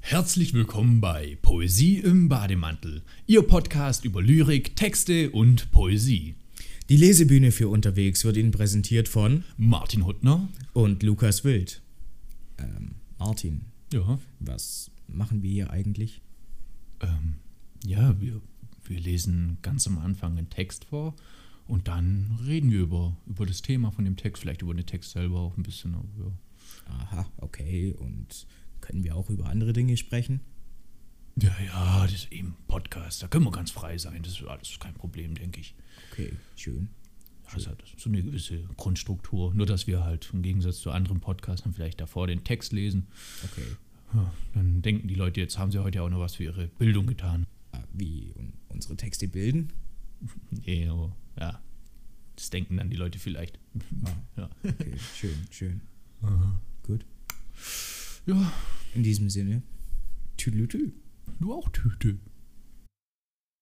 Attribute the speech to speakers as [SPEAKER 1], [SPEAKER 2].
[SPEAKER 1] Herzlich willkommen bei Poesie im Bademantel, Ihr Podcast über Lyrik, Texte und Poesie.
[SPEAKER 2] Die Lesebühne für unterwegs wird Ihnen präsentiert von
[SPEAKER 1] Martin Huttner.
[SPEAKER 2] und Lukas Wild. Ähm, Martin,
[SPEAKER 1] Ja.
[SPEAKER 2] was machen wir hier eigentlich?
[SPEAKER 1] Ähm, ja, wir, wir lesen ganz am Anfang einen Text vor und dann reden wir über, über das Thema von dem Text, vielleicht über den Text selber auch ein bisschen. aber Ja.
[SPEAKER 2] Aha, okay, und können wir auch über andere Dinge sprechen?
[SPEAKER 1] Ja, ja, das ist eben Podcast. Da können wir ganz frei sein. Das ist alles kein Problem, denke ich. Also,
[SPEAKER 2] Okay, schön.
[SPEAKER 1] Das hat so eine gewisse Grundstruktur. Nur, dass wir halt im Gegensatz zu anderen Podcasts dann vielleicht davor den Text lesen.
[SPEAKER 2] Okay,
[SPEAKER 1] Ja, dann denken die Leute, jetzt haben sie heute auch noch was für ihre Bildung getan.
[SPEAKER 2] Ah, wie un- unsere Texte bilden?
[SPEAKER 1] Nee, aber ja. Das denken dann die Leute vielleicht. Ja.
[SPEAKER 2] Okay, schön, schön. Gut.
[SPEAKER 1] Ja,
[SPEAKER 2] In diesem Sinne, tüdelütü.
[SPEAKER 1] du auch Tüte.